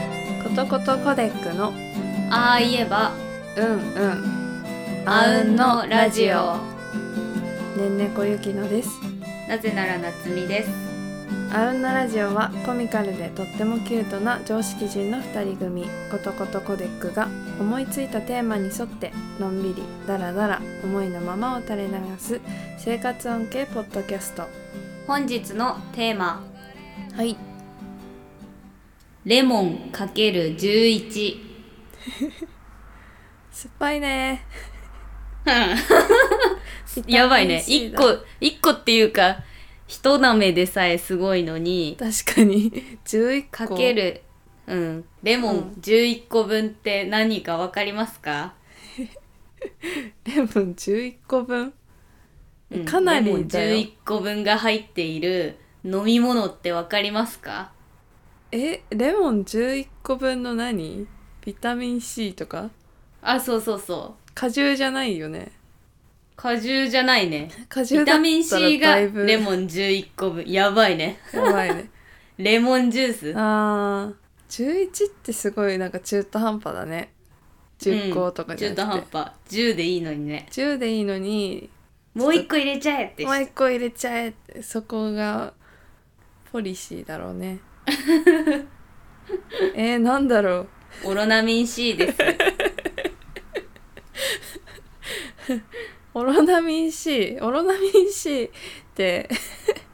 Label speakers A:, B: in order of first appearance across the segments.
A: 言コデックの
B: ああ言えば
A: うんうん
B: あうんのラジオ
A: ねんねこゆきのです
B: なぜなら夏美です
A: あうんのラジオはコミカルでとってもキュートな常識人の2人組ことことコデックが思いついたテーマに沿ってのんびりだらだら思いのままを垂れ流す生活音系ポッドキャスト
B: 本日のテーマ
A: はい
B: レモンかける11
A: 酸っぱいね
B: やばいね
A: ビ
B: 1
A: タミン C だ
B: 個一個っていうか一舐めでさえすごいのに
A: 確かに11個
B: かけるうんレモ
A: う
B: ン11個分って何かわかりますか、
A: レモン11個分
B: うん
A: かなり
B: レモン
A: だよ
B: 11個分が入っている飲み物ってわかりますか
A: えレモン11個分の何ビタミン C とか
B: あそうそうそう
A: 果汁じゃないよね
B: 果汁じゃないね
A: 果
B: ビ
A: 汁だ
B: タ
A: っ
B: ミン
A: たら
B: C が
A: だいぶ
B: レモン11個分やばいね
A: やばいね
B: レモンジュース
A: あー11ってすごいなんか中途半端だね10個とかじゃ
B: うん
A: なく
B: 中
A: て、
B: 途半端10でいいのにね
A: 10でいいのに
B: もう1個入れちゃえって
A: もう一個入れちゃえってそこがポリシーだろうねえー、なんだろう
B: オロナミン C です
A: オロナミン C オロナミン C って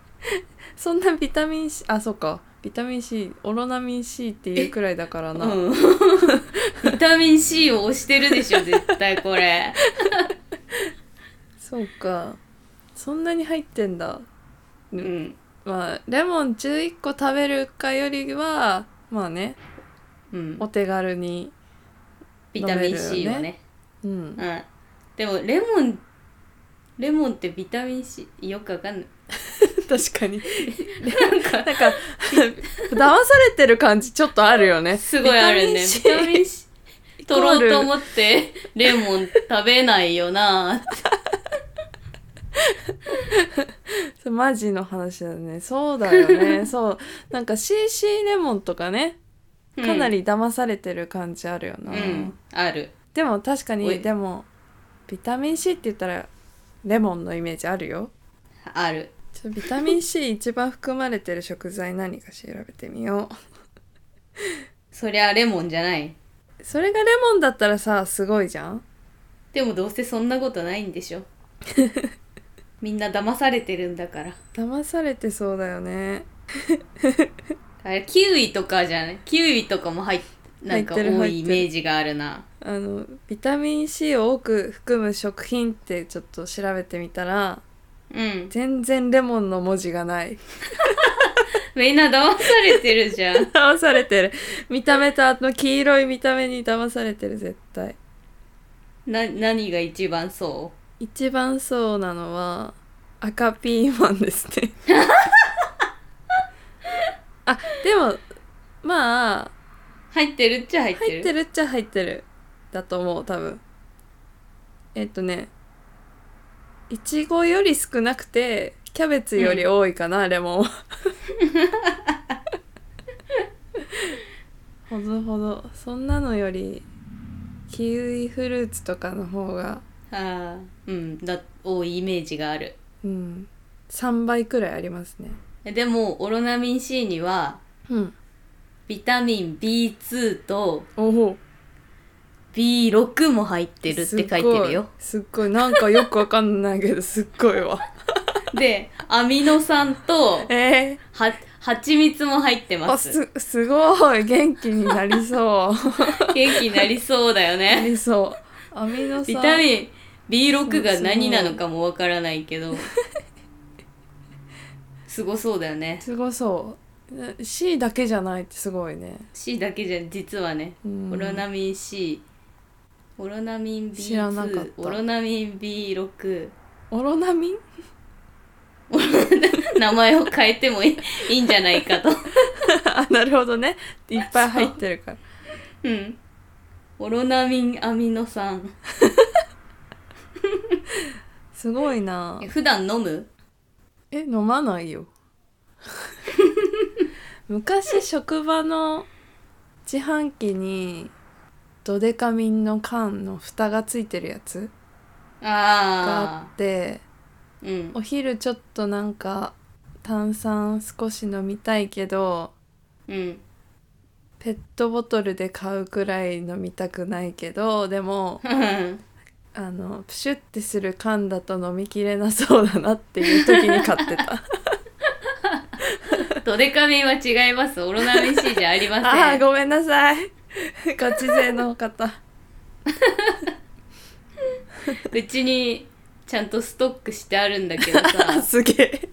A: そんなビタミン C あそうかビタミン C オロナミン C っていうくらいだからな、
B: うん ビタミン C を押してるでしょ絶対これ
A: そうかそんなに入ってんだ
B: うん
A: まあレモン11個食べるかよりはまあね
B: うん
A: お手軽に
B: ビタミン
A: 飲める
B: C
A: よ
B: を
A: ね
B: ね
A: うん
B: うんでもレモンレモンってビタミン C よくわかんない
A: 確かに
B: なん か
A: なんか 騙されてる感じちょっとあるよね
B: すごいあるねビタミン C 取ろうと思ってレモン食べないよなって
A: そうマジの話だねそうだよ ねそうなんか CC レモンとかね
B: うん
A: かなり騙されてる感じあるよ
B: う
A: な、
B: んある
A: でも確か
B: お
A: に
B: い
A: でもビタミン C って言ったらレモンのイメージあるよ
B: ある
A: ちょっとビタミン C 一番含まれてる食材何か調べてみよ
B: そりゃレモンじゃないう
A: それがレモンだったらさすごいじゃん
B: でもどうせそんなことないん でしょみんな騙されてるんだから
A: 騙されてそうだよね
B: あれキウイとかじゃないキウイとかも入っなんか
A: 入ってる
B: 多
A: 入
B: い
A: っ
B: イ
A: てる
B: メージがあるな
A: あのビタミン C を多く含む食品ってちょっと調べてみたら
B: うん
A: 全然レモンの文字がない
B: みんな騙されてるじゃん
A: 騙されてる見た目とあの黄色い見た目に騙されてる絶対
B: な何が一番そ
A: 一番そうなのは赤ピーマンですねあでもまあ
B: う入ってるっちゃ入ってる
A: 入ってるっちゃ入ってるだと思う多分えっとねいちごより少なくてキャベツより多いかな、レモンはほどほどそんなのよりキウイフルーツとかの方が
B: ああうんだ多いイメージがある
A: うん3倍くらいありますね
B: えでもオロナミン C には
A: うん
B: ビタミン B2 と
A: おお
B: B6 も入ってるって書いてるよ
A: すっごいすっごいなんかよくわかんないけどすっごい わ
B: でアミノ酸と
A: ええー
B: は蜂蜜も入ってま
A: あ
B: す
A: すすごい元気になりそう
B: 元気になりそうだよ
A: な
B: ね
A: りそうアミノ酸
B: ビタミン B6 が何なのかもわからないけどすごそうだよね
A: すごそう C だけじゃないってすごいね、
B: C だけじゃ実はね
A: うん
B: オロナミン C オロナミン
A: 知らなかっ
B: B2
A: た
B: オロナミン B6
A: オロナミン
B: 名前を変えて もいいいいんじゃないかと、
A: あなるほどねいっぱい入ってるから
B: うん、オロナミンアミノ酸
A: すごいな
B: え普段飲む
A: え飲ま ないよ昔職場の自販機にドデカミンの缶の蓋がついてるやつがあ
B: あ
A: って
B: ーうん
A: お昼ちょっとなんか炭酸少し飲みたいけど
B: うん
A: ペットボトルで買うくらい飲みたくないけどでもあのプシュってする缶だと飲みきれなそうだなっていう時に買 ってた
B: ドデカミンは違いますオロナミン C じゃありま
A: あー
B: せん
A: ごめんなさいガチ勢の方
B: うちにちゃんとストックしてあるんだけど
A: あ
B: さ
A: すげえ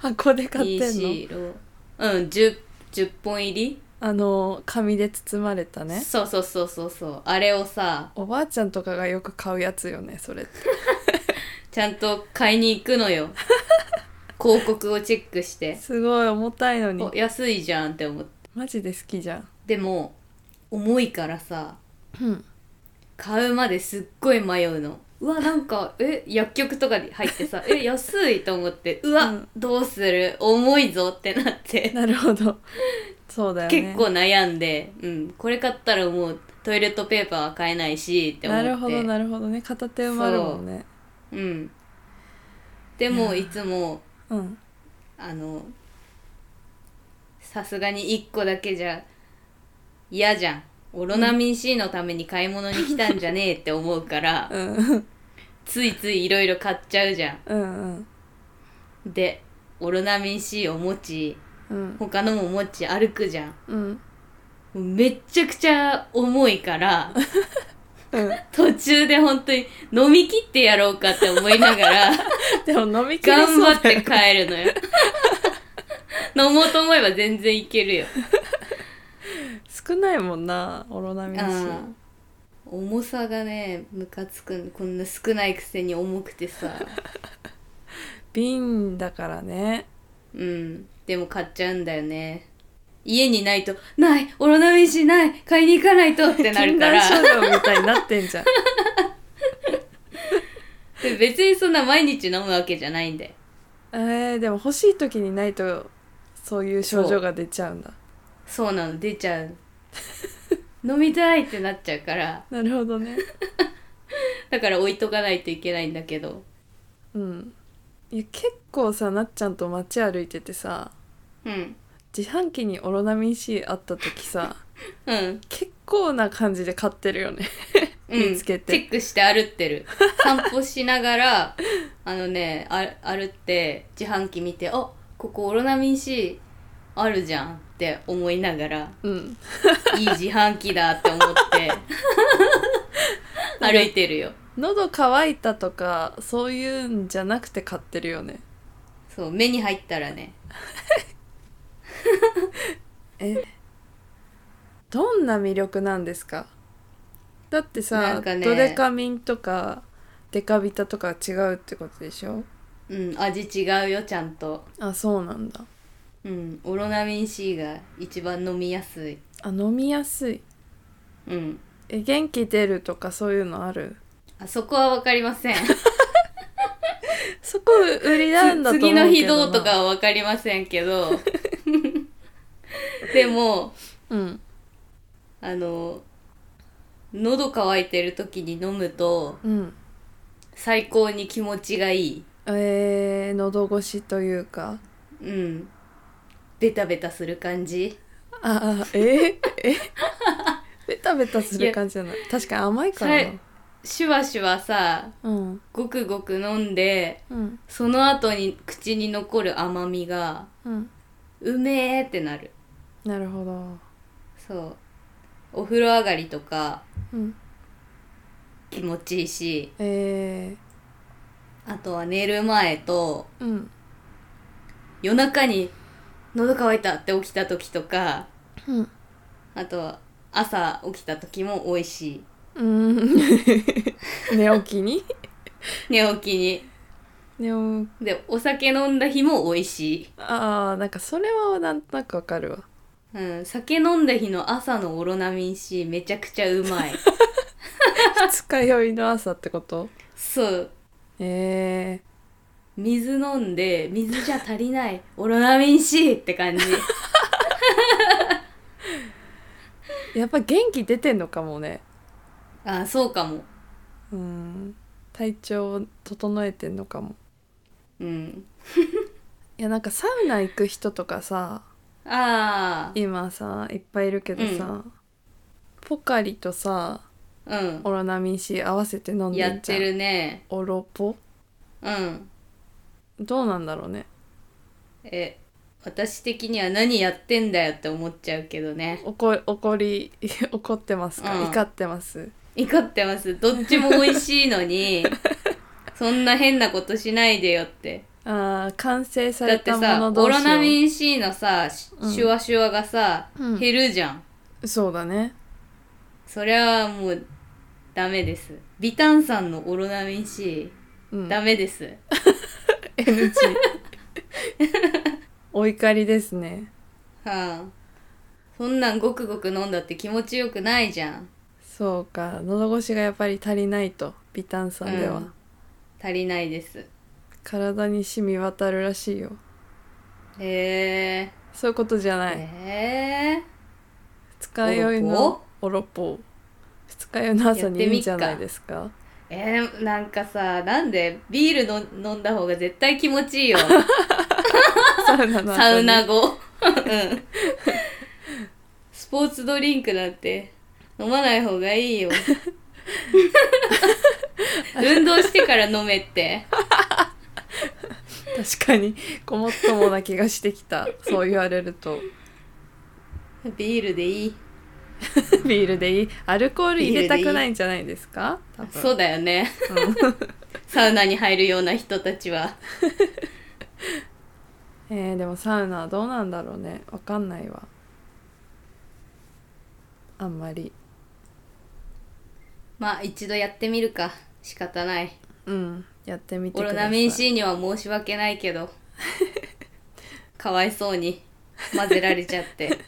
A: 箱で買ってんの
B: EC ロうん 10, 10本入り、
A: あの紙で包まれたね
B: そうそうそうそうそうあれをさ
A: おばあちゃんとかがよく買うやつよねそれって
B: ちゃんと買いに行く のよ広告をチェックして
A: すごい重たいのに
B: お安いじゃんって思って
A: マジで好きじゃん
B: でも重いからさ
A: うん
B: 買うまですっごい迷うの うわなんかえ薬局とかに入ってさえ安いと思ってうわ、
A: うん
B: どうする重いぞって なって、
A: なるほどそうだよね
B: 結構悩んで、うん、これ買ったらもうトイレットペーパーは買えないしって思っ
A: な
B: て
A: るほどなるほどね片手埋まるもんね
B: うん、でもいつも
A: うん
B: あのさすがに1個だけじゃ嫌じゃんオロナミン C のために買い物に来たんじゃねえって思うから
A: うんうん
B: ついついいろいろ買っちゃうじゃん
A: うん
B: でオロナミン C を持ち
A: うん
B: 他のも持ち歩くじゃん
A: うん
B: もうめっちゃくちゃ重いから
A: うん
B: 途中で本当に飲み切ってやろうかって思いな がら
A: でも飲み切れ
B: 頑
A: そ
B: 張
A: う
B: っ
A: だよ
B: て
A: ね
B: 帰る のよ飲もうと思えば全然いけるよ
A: 少ないもんなオロナミン C
B: あー重さがねムカつくんこんな少ないくせに重く てさ
A: 瓶だからね
B: うんでも買っちゃうんだよね家にないと「ないオロナミン C ない買いに行かないと」ってなるから
A: 禁断症状みたいになってんじゃん
B: で別にそんな毎日飲むわけじゃないんだよ
A: えー、でも欲しい時にないとそういう症状が出ちゃうんだ
B: そうなの出ち ゃう飲みたいってなっちゃうから
A: なるほどね
B: だから置いとかないといけないんだけど
A: うんいや結構さなっちゃんと街歩いててさ
B: うん
A: 自販機にオロナミン C あった時さ
B: うん、
A: 結構な感じで買ってるよね
B: うん、
A: 見つけて
B: チェックして歩っ てる散歩しながらあのねあ歩って自販機見てあここオロナミン C あるじゃんって思いな がら
A: うん
B: いい自販機だって思って 歩いてるよ
A: 喉乾いたとかそういうんじゃなくて買ってるよね
B: そう目に入ったらね
A: えどんな魅力なんですかだって
B: な
A: さ、
B: んかね
A: ドデカミンとかデカビタとか違うってことでしょ
B: うん味違うよちゃんと
A: あそうなんだ
B: うんオロナミン C が一番飲みやすい
A: あ飲みやすい
B: うん
A: え元気出るとかそういうのある
B: あそこは分かりません
A: そこ売り なんだと思うけど
B: 次
A: な
B: の日どうとかは分かりませんけど でも
A: うん
B: あの喉乾いてる時に飲むと
A: うん
B: 最高に気持ちがいい
A: えー、喉越しというか
B: うんベタベタする感じ
A: ああえー、 えベタベタする感じじゃない確かに甘いからな
B: さシュワシュワさ
A: うん
B: ごくごく飲んで
A: うん
B: その後に口に残る甘みが
A: うん
B: うめーってなる
A: なるほど
B: そうお風呂上がりとか
A: うん
B: 気持ちいいし
A: え
B: あとは寝る前と
A: ー、うん
B: 夜中に喉乾いたって起きた時とか
A: うん
B: あとは朝起きた時も美味しいう
A: ーん 寝起きに
B: 寝起きに
A: 寝起
B: でお酒飲んだ日も美味しい、
A: ああなんかそれはなんとなくわかるわ
B: うん、酒飲んだ日の朝のオロナミン C めちゃくちゃうまい
A: 二日酔いの朝ってこと
B: そう
A: え
B: 水飲んで水じゃ足りないオロナミン C って感じ
A: やっぱ元気出てんのかもね
B: あそうかも
A: うん体調を整えてんのかも
B: うん
A: いやなんかサウナ行く人とかさ
B: あ
A: 今さいっぱいいるけどさ、
B: う
A: ポカリとさ
B: あうん
A: オロナミン C 合わせて飲んでんじゃん
B: やってるね
A: オロポ
B: うん
A: どうなんだろうね
B: え私的には何やってんだよって思っちゃうけどね
A: 怒怒り 怒ってますか、
B: うん
A: 怒ってます
B: 怒ってますどっちも美味しいの にそんな変なことしないでよって
A: あー完成さ
B: だ
A: れ
B: って
A: たも
B: さ
A: の
B: オ
A: 同士
B: ロ
A: を
B: ナミン C のさシ
A: うん
B: ュワシュワがさ、
A: うん
B: 減るじゃん
A: そうだね
B: そりゃあもうダメです微炭酸のオロナミン C
A: うん
B: ダメです、
A: NG お怒りですね
B: はあそんなんごくごく飲んだって気持ちよくないじゃん
A: そうか喉越しがやっぱり足りないと微炭酸では、
B: うん足りないです
A: 体に染み渡るらしいよ
B: へ
A: そういうことじゃ
B: え
A: ない、
B: へえ
A: 二日酔いのオロポ二日酔いの朝にいいんじゃないですか
B: えー、なんかさなんでビールの飲んだ方が絶対気持ちいいよ
A: サウナの後に
B: サウナ後うんスポーツドリンクなんて飲まない方がいいよ運動してから飲めって
A: 確かにごもっともな気がしてき たそう言われると
B: ビールでいい
A: ビールでいいアルコール入れたくないんじゃないですか多分
B: そうだよね
A: うん
B: サウナに入るような人たちは
A: えーでもサウナはどうなんだろうねわかんないわあんまり
B: まあ一度やってみるか仕方ない
A: うんやってみて
B: オ
A: くだ
B: ロ
A: さい
B: ナミン C には申し訳ないけどかわいそうに混ぜられちゃって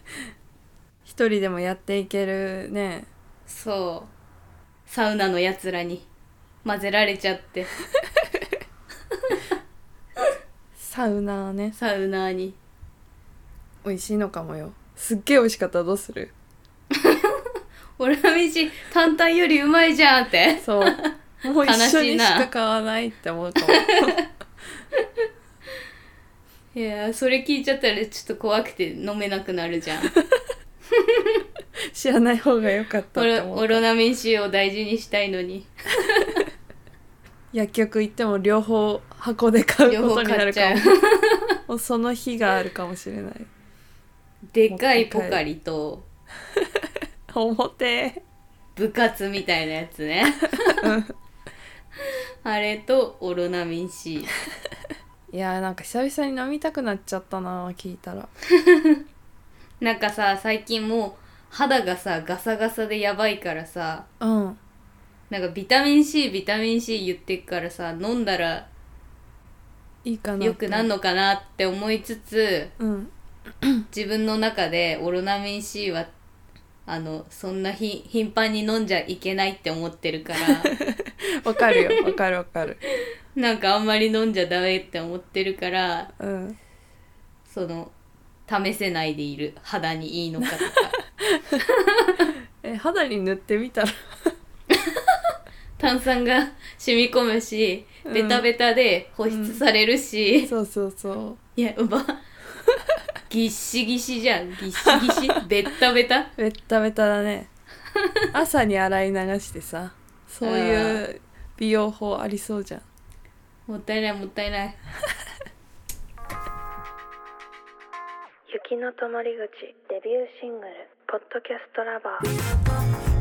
A: 一人でもやっていけるね
B: そうサウナのやつらに混ぜられちゃって
A: サウナはね
B: サウナーに
A: 美味しいのかもよすっげえ美味しかったらどうする
B: オロナミン C 単体よりうまいじゃんって
A: そうもう一緒
B: 悲し
A: に
B: い
A: し
B: な
A: か買わないって思うかも
B: いやーそれ聞いちゃったらちょっと怖くて飲めなくなるじゃん
A: 知らない方が良かった
B: オ
A: って
B: ロ
A: 思う
B: オロナミン C を大事にしたいのに
A: 薬局行っても両方箱で買う
B: 両
A: こと
B: 方
A: にな
B: 買っ
A: る
B: ち
A: か
B: ゃう
A: ももうその日があるかもしれない
B: でかいポカリと
A: 表
B: 部活みたいなやつねあれとオロナミン C
A: いやーなんか久々に飲みたくなっちゃったな聞いたら
B: なんかさ最近もう肌がさガサガサでやばいからさ
A: うん
B: なんかビタミン C ビタミン C 言ってっからさ飲んだら
A: いいかなって
B: よくなんのかなって思いつつ
A: うん
B: 自分の中でオロナミン C はあのそんなひ頻繁に飲んじゃいけないって思ってるから
A: わかるよわかるわかる
B: なんかあんまり飲んじゃダメって思ってるから
A: うん
B: その試せないでいる肌にいいのかとか
A: え肌に塗ってみたら
B: 炭酸が染み込むし
A: うん
B: ベタベタで保湿されるし、
A: そうそうそう
B: いやうまぎっしぎしじゃんぎっしぎしベッタベタ
A: ベッタベタだ ね朝に洗い流してさそういう美容法ありそうじゃん
B: もったいないもったいない
C: 雪の止まり口デビューシングル「ポッドキャストラバー」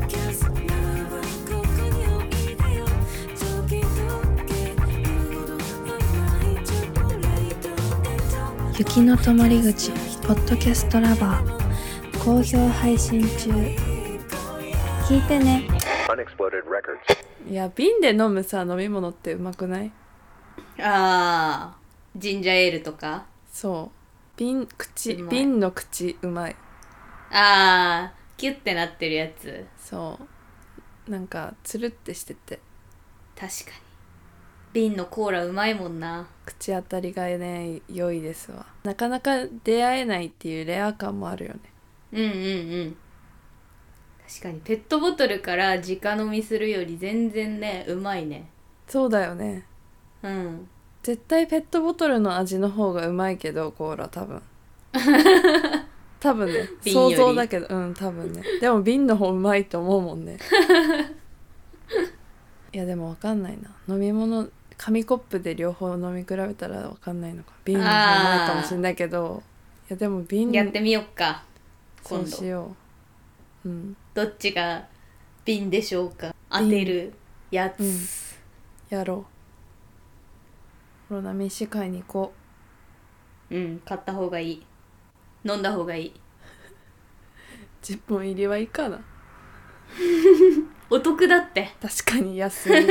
D: 雪の止まり口ポッドキャストラバー好評配信中聞いてね
E: Unexploded records.
A: いや瓶で飲むさ飲み物ってうまくない
B: あージンジャーエールとか
A: そう瓶口
B: うまい
A: 瓶の口うまい
B: あーキュッてなってるやつ
A: そうなんかつるってしてて
B: 確かに瓶のコーラうまいもんな
A: 口当たりがね良いですわなかなか出会えないっていうレア感もあるよね
B: うんうんうん確かにペットボトルから直飲みするより全然ねうまいね
A: そうだよね
B: うん
A: 絶対ペットボトルの味の方がうまいけどコーラ多 分多分ね
B: 瓶よ
A: 想
B: り
A: 像だけどうん多分ねでも瓶の方うまいと思うも んねいやでもわかんないな飲み物紙コップで両方飲み比べたらわかんないのか瓶の方うまいかもしんないけどいやでも瓶
B: やってみよっか
A: そ
B: 今
A: うし
B: 度
A: よううん
B: どっちが瓶でしょうか当てるやつ、
A: うんやろうコロナ飯買いに行こ
B: うん、買った方がいい。飲んだ方がいい。
A: う10本入りはいいかな
B: お得だって。
A: 確かに安い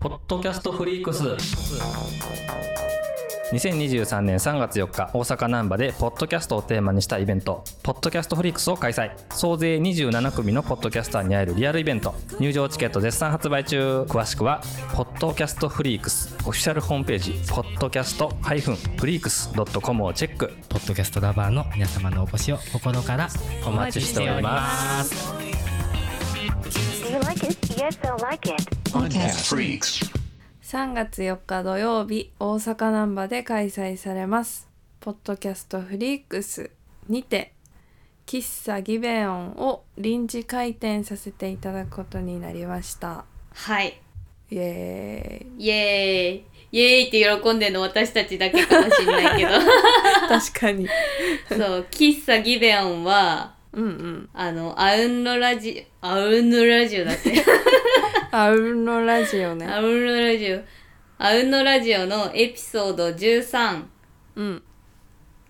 E: ポッドキャストフリークス
F: 2023年3月4日大阪難波でポッドキャストをテーマにしたイベント「ポッドキャストフリークス」を開催総勢27組のポッドキャスターに会えるリアルイベント入場チケット絶賛発売中詳しくは「ポッドキャストフリークス」オフィシャルホームページ「ポッドキャスト -freaks.com」をチェック
E: ポッドキャストラバーの皆様のお越しを心から
F: お待ちしております
G: Do you like it? Yes, I like it.
A: 3月4日土曜日大阪難波で開催されますポッドキャストフリークスにて喫茶ギベオンを臨時開店させていただくことになりました
B: はい。
A: イエーイ
B: イエーイ。イエーイって喜んでるの私たちだけかもしれないけ
A: 確か に
B: ど。そう、喫茶ギベオンは、
A: うんうん
B: あの、アウンのラジオ、アウンのラジオだって。
A: あうんのラジオね
B: アウンのラジオ。アウンのラジオのエピソード13、
A: うん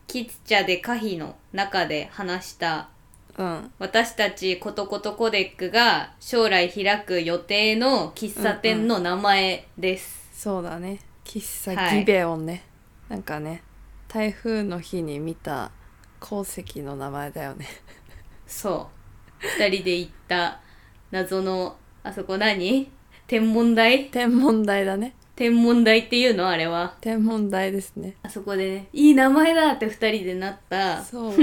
B: キッチャで可否の中で話した
A: うん
B: 私たちことことコデックが将来開く予定の喫茶店の名前です。
A: そうだね喫茶
B: はい
A: ギベオンね、なんかね台風の日に見た鉱石の名前だよね
B: そう。二人で行った謎の、あそこ何天文台
A: 天文台だね
B: 天文台っていうのあれは。
A: 天文台ですね
B: あそこでね、いい名前だって二人でなった
A: そう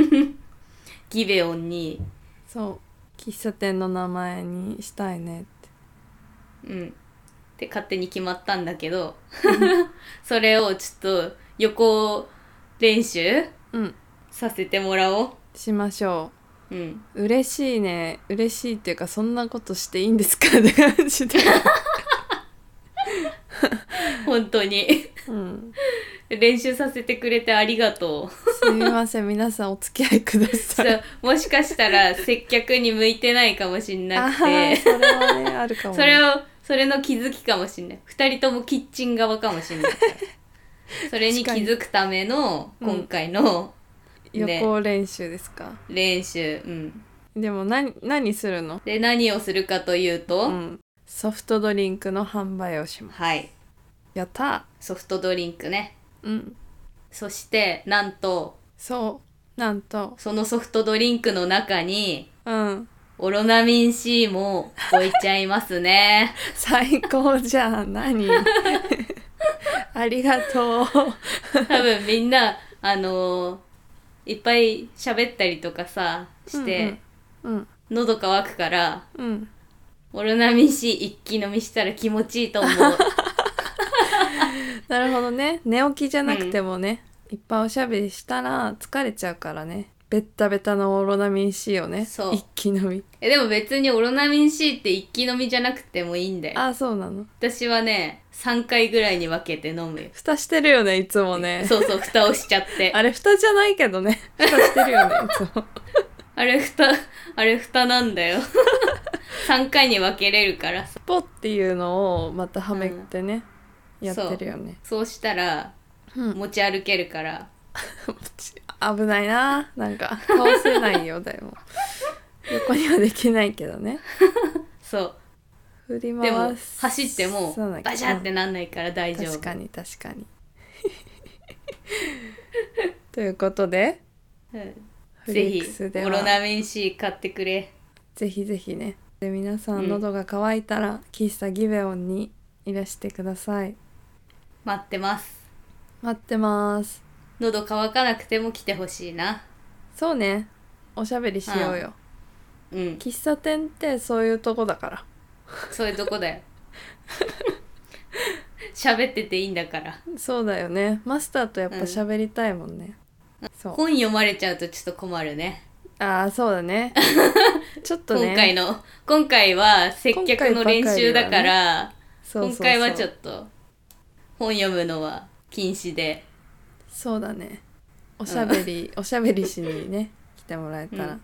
B: ギベオンに、
A: そう喫茶店の名前にしたいねって
B: うん。って勝手に決まったんだけど、 それをちょっと予行練習
A: うん
B: させてもらおう。
A: しましょ
B: うん。
A: う嬉しいね嬉しいっていうかそんなことしていいんですかって感じ で
B: 本当に。
A: うん
B: 練習させてくれてありがと う。
A: すみません皆さんお付き合いくださ
B: そ
A: いう
B: もしかしたら接客に向いてないかもしん
A: あ
B: なく
A: ー
B: て、
A: それはねあるかもね
B: それを、それの気づきかもしんない。二人ともキッチン側か もしんないから。それに気づくための、
A: 確かに
B: 今回の
A: 予
B: ね
A: 行練習ですか、
B: 練習。うん。
A: でも何何するの
B: で、何をするかというと、
A: うんソフトドリンクの販売をします
B: はい。
A: やった
B: ソフトドリンクね。
A: ーうん
B: そして、なんと、
A: そうなんと
B: そのソフトドリンクの中に、
A: うん
B: オロナミン C も置いちゃいますね。
A: 最高じゃん何 ありがとう
B: 多分みんなあのーいっぱい喋ったりとかさして、
A: うん
B: 喉乾くから
A: うん
B: オロナミン C 一気飲みしたら気持ちいいと思 う
A: なるほどね寝起きじゃなくてもね、いっぱいおしゃべりしたら疲れちゃうからねベッタベタのオロナミン C をね
B: そう
A: 一気飲み
B: えでも別にオロナミン C って一気飲みじゃなくてもいいんだよ
A: あそうなの
B: 私はね3回ぐらいに分けて飲むよ
A: 蓋してるよねいつもね
B: そうそう蓋をしちゃってあ
A: あれ蓋じゃないけどね蓋してるよねいつも
B: れ蓋あれ蓋なんだよ3回に分けれるからさ
A: ポっていうのをまたはめてね、
B: うん
A: やってるよね
B: そうしたら
A: うん
B: 持ち歩けるから、
A: 危ないななんか倒せないよでも横にはできないけどね
B: そう
A: 振り回
B: でも
A: す
B: 走っても
A: そうなんだ
B: バシャってなんないから大丈夫
A: 確かに確かに ということで
B: うん
A: フ
B: ぜ
A: リッ
B: ひ
A: クスでは
B: オロナミン C 買ってくれ
A: ぜひぜひねで皆さ
B: うん
A: ん喉が渇いたら、喫茶ギベオンにいらしてください
B: 待ってます
A: 待ってます
B: 喉乾かなくても来てほしいな
A: そうねおしゃべりしようよ、
B: うん
A: 喫茶店ってそういうとこだから
B: そういうとこだよ喋ってていいんだから
A: そうだよねマスターとやっぱ喋りたいもんね、そう
B: 本読まれちゃうとちょっと困るね
A: ああそうだ ねちょっとね
B: 今回の今回は接
A: 今
B: 客
A: 回ば
B: の
A: かり
B: 練
A: はね
B: 習だから、
A: そうそうそう
B: 今回はちょっと本読むのは禁止で
A: そうだねおしゃべり、おしゃべりしにね来てもらえたら、
B: うん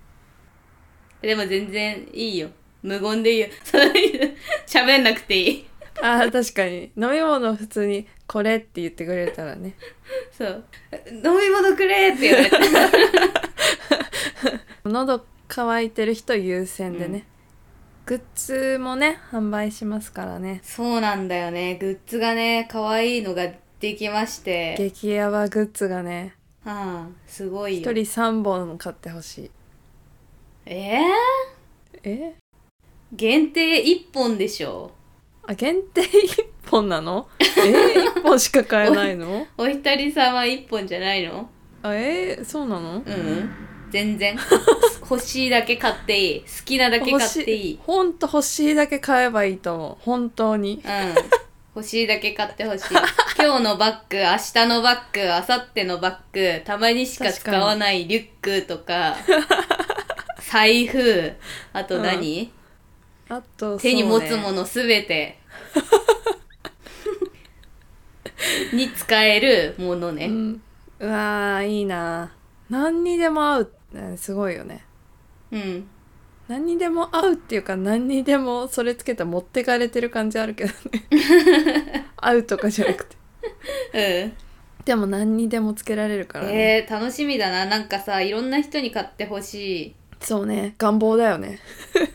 B: でも全然いいよ無言でいいよ その喋んなくていい
A: ああ確かに飲み物普通に「これ」って言ってくれたらね
B: そう飲み物くれって 言われて
A: 喉乾いてる人優先でね、グッズもね販売しますからね
B: そうなんだよねグッズがね可愛いのができまして
A: 激ヤバグッズがね
B: はあすごい
A: 1
B: よ
A: 人3本買ってほしい
B: えー、
A: え
B: 限定1本でしょ
A: あ限定1本な のえ1本しか買えないの
B: お一人様1本じゃないの
A: あえー、そうなの
B: うん、全 然欲しいだけ買っていい好きなだけ買っていい
A: ほんと欲しいだけ買えばいいと思う本当に
B: うん欲しいだけ買って ほしい今日のバッグ明日のバッグ明後日のバッグたまにしか使わないリュックとか財布あと何、
A: あと
B: 手に持つ
A: そう
B: も
A: ね
B: のすべてに使えるものね、
A: うん、うわーいいな何にでも合ううんすごいよね
B: うん、
A: 何にでも合うっていうか何にでもそれつけたら持ってかれてる感じあるけどね 合うとかじゃなくて
B: うん
A: でも何にでもつけられるからね、
B: えー、楽しみだななんかさいろんな人に買ってほしい
A: そうね願望だよね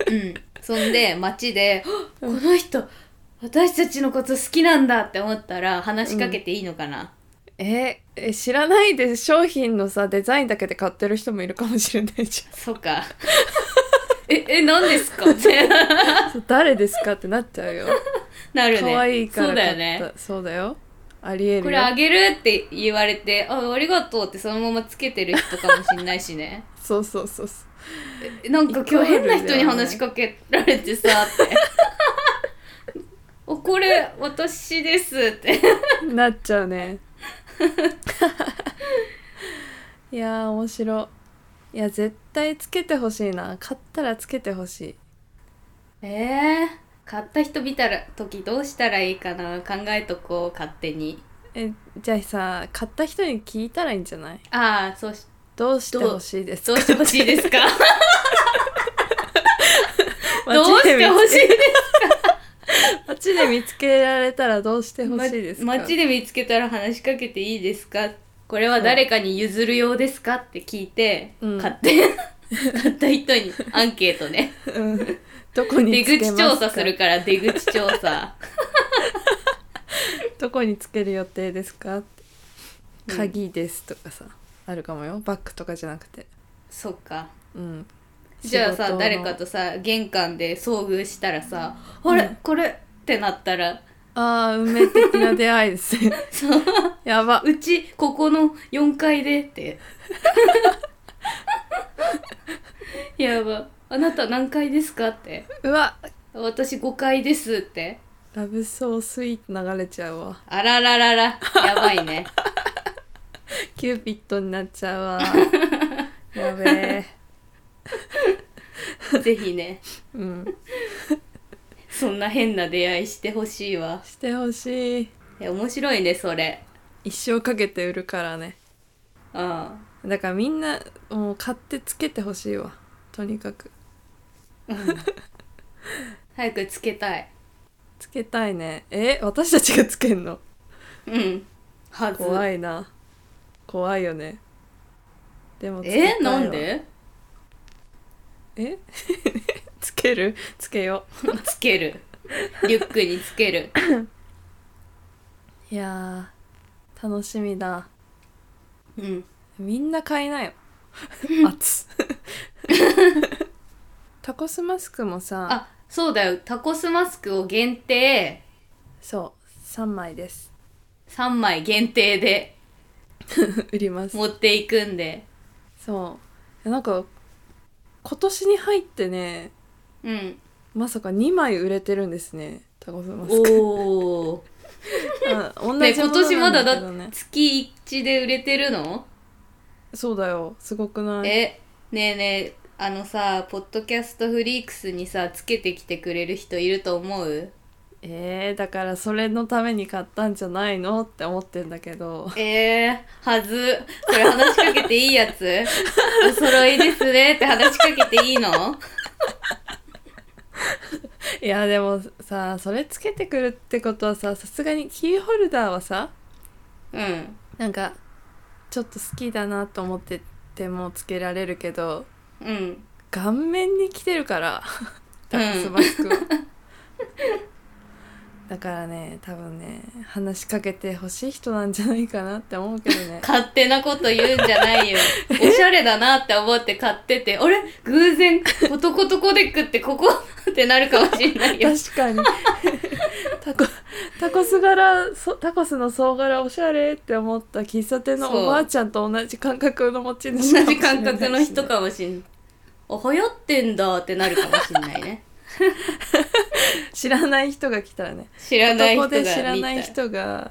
B: うん、そんで街で「この人私たちのこと好きなんだ」って思ったら話しかけていいのかな、
A: ええ知らないで商品のさデザインだけで買ってる人もいるかもしれないじ
B: そうかええ何で すかって
A: ゃんそう誰ですかってなっちゃう よ
B: なるね
A: 可愛いから
B: そうだよ
A: 買
B: ね
A: ったそうだよありえるよ
B: これあげるって言われて「あありがとう」ってそのままつけてる人かもしんない しね
A: そうそうそうそう
B: えなんか今日変な人に話しかけられてさって おこれ私ですって
A: なっちゃうね いやー面白いいや絶対つけてほしいな買ったらつけてほしい
B: えー、買った人見たら時どうしたらいいかな考えとこう勝手に
A: えじゃあさ買った人に聞いたらいいんじゃない
B: ああそうし
A: どうしてほしいです
B: ど
A: か
B: うしてほしい ですかどう
A: 街
B: し
A: で
B: てほしいです
A: 街で見つけられたらどうしてほしいですか、
B: ま街で見つけたら話しかけていいですかこれは誰かに譲るようですかって聞いて、
A: うん
B: 買って 買った人にアンケートね
A: うんどこに
B: 出
A: つけます
B: 口
A: か
B: 調査するから出口調査
A: どこにつける予定ですかって
B: うん
A: 鍵ですとかさ、あるかもよバッグとかじゃなくて
B: そっか
A: うん
B: じゃあ
A: 仕事
B: さ
A: の
B: 誰かとさ玄関で遭遇したらさ「あれ、
A: うん
B: これ!」ってなったら
A: ああ運命的な出会いですね
B: そう
A: やば
B: うちここの4階でって やばあなた何階ですかって
A: うわ
B: 私5階ですって
A: ラブソースイート流れちゃうわ
B: あららららやばい ね
A: キューピッドになっちゃうわやべえ
B: ぜひね
A: うん
B: そんな変な出会いしてほしいわ
A: してほしい
B: いや面白いねそれ
A: 一生かけて売るからね
B: うん
A: だからみんなもう買ってつけてほしいわとにかく
B: 早くつけたい
A: つけたいねえ私たちがつけんの
B: うんはず
A: 怖いな怖いよねでもつけたいわ
B: えなんで
A: え つけるつけよ
B: つけるリュックにつける
A: ういやー楽しみだ
B: うん
A: みんな買いなよ熱タコスマスクもさ
B: あそうだよタコスマスクを限定
A: そう3枚です
B: 3枚限定で
A: 売ります
B: 持っていくんで
A: そうなんか今年に入ってね
B: うん。
A: まさか2枚売れてるんですねタコフマスク
B: おお。
A: あ同じ
B: ね今年
A: もの
B: ま
A: な
B: だ
A: んけ
B: だ
A: どね
B: 月1で売れてるの
A: そうだよすごくない
B: え、ねえねえ、あのさ、ポッドキャストフリークスにさ、つけてきてくれる人いると思う
A: えー、だからそれのために買ったんじゃないのって思ってんだけど
B: えー、はず。それ話しかけていいやつ お揃いですねって話しかけていいの
A: いやでもさそれつけてくるってことはささすがにキーホルダーはさ
B: うん。
A: なんかちょっと好きだなと思っててもつけられるけど
B: うん。
A: 顔面に来てるから
B: う
A: ダ
B: ん
A: ックスマス クはだからね多分ね話しかけてほしい人なんじゃないかなって思うけどね
B: 勝手なこと言うんじゃない よ。おしゃれだなって思って買ってて、あれ偶然、コトコトコデックってこ こってなるかもしん ないよ。
A: 確かに タコタコス柄そタコスの総柄おしゃれって思った喫茶店の
B: そう
A: おばあちゃんと同じ感覚の持ち主かもし
B: 同じ
A: れない
B: 感覚の人かもしんない。お、流行ってんだってなるかもしんないね。
A: 知らない人が来たらね
B: 知らない人
A: 男
B: が見
A: で
B: た
A: 知らない
B: い。
A: 人が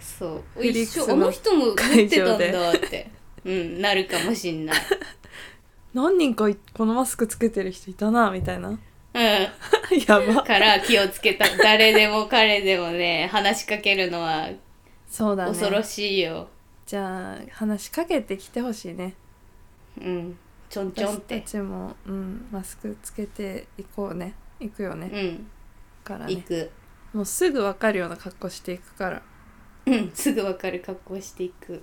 B: そう。
A: フリッ
B: 一
A: クス
B: 緒、
A: の
B: あの人も食ってたん
A: 会
B: だって。うん、なるかもしんない。
A: 何人かいこのマスクつけてる人いたなみたい な
B: うん。
A: やば
B: から気をつけた誰でも彼でもね話しかけるのは
A: そうだね
B: 恐ろしいよ、
A: じゃあ話しかけてきてほしいね
B: うんちょんちょんっ
A: 私た
B: て
A: ちも、うん、マスクつけていこうね行くよね、
B: うん
A: から
B: 行
A: ね
B: く
A: もうすぐ分かるような格好していくから
B: うん すぐわかる格好していく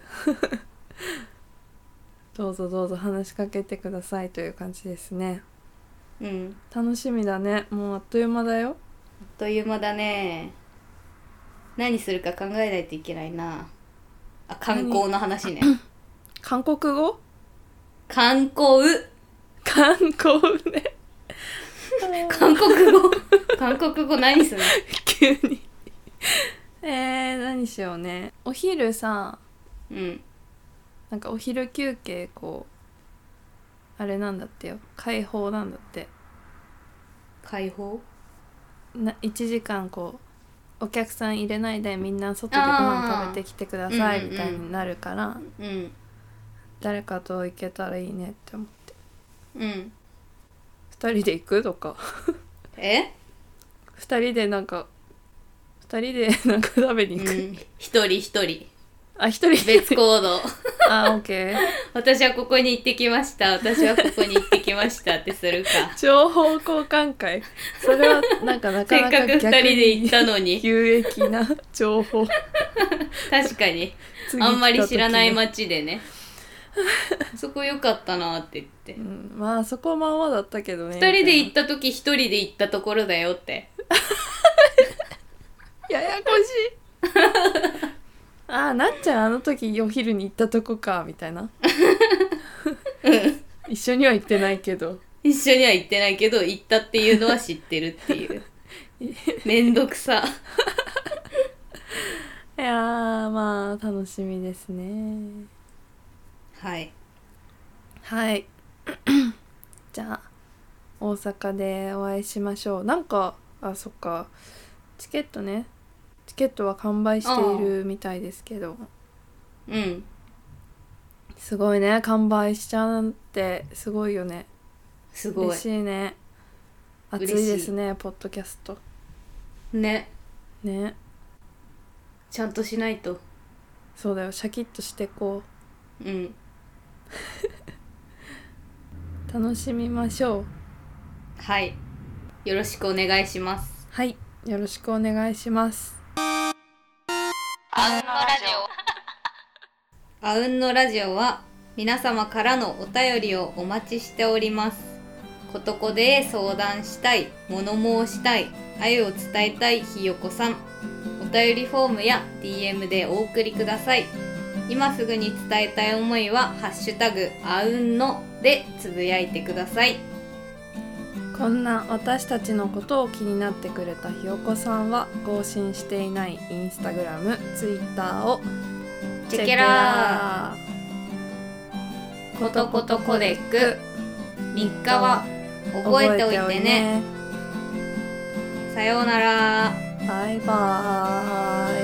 A: どうぞどうぞ話しかけてくださいという感じですね
B: うん
A: 楽しみだねもうあっという間だよ
B: あっという間だね何するか考えないといけないなあ観光の話ね
A: 韓国語
B: 観光
A: 韓国ね
B: 韓国 語韓国語何する
A: 急に えー、何しようねお昼さ
B: のうん
A: なんかお昼休憩こうあれなんだってよ解放なんだって
B: 解放
A: な1時間こうお客さん入れないでみんな外でご飯食べてきてくださ
B: あ
A: い
B: ー
A: みたいになるから、
B: うん
A: 誰かと行けたらいいねって思って
B: うん
A: 2人で行くとか
B: え
A: 2人でなんか2人で なんか食べに
B: う
A: 行く、
B: ん一人一人
A: あ一1人で
B: 別行 動
A: あオッケー
B: 私はここに行ってきました私はここに行ってきましたってするか
A: 情報交換会それはなんかなか
B: せっ
A: な
B: か
A: か
B: く2人
A: 逆
B: で行
A: に
B: ったのに
A: 有益な情報
B: 確かにあんまり知らない街でね そこ良かったなって言って
A: うんまあそこまんまだったけどね
B: 2人で
A: み
B: 行った時1人で行ったところだよって
A: たいなややこしいああなっちゃんあの時お昼に行ったとこかみたいな 一緒には行ってないけど
B: 一緒には行ってないけど行ったっていうのは知ってるっていうめんどくさ
A: いやーまあ楽しみですね
B: はい
A: はい じゃあ大阪でお会いしましょうなんかあそっかチケットねチケットは完売しているみたいですけど
B: うん
A: すごいね完売しちゃうってすごいよね
B: すご
A: 嬉
B: い
A: しいね熱
B: 嬉
A: い
B: しい
A: ですねポッドキャスト
B: ね
A: ね
B: ちゃんとしないと
A: そうだよシャキッとしてこ
B: うん
A: う楽しみましょう
B: はいよろしくお願いします
A: はいよろしくお願いします
B: あうんのラジオは皆様からのお便りをお待ちしております。ことこで相談したい、物申したい、愛を伝えたいひよこさん。お便りフォームや DM でお送りください。今すぐに伝えたい思いは、ハッシュタグ、あうんのでつぶやいてください。
A: こんな私たちのことを気になってくれたひよこさんは更新していないインスタグラム、ツイッターを
B: チェケラ
A: ー
B: コトコトコデック3日は覚えておいてね。さようなら。
A: バイバーイ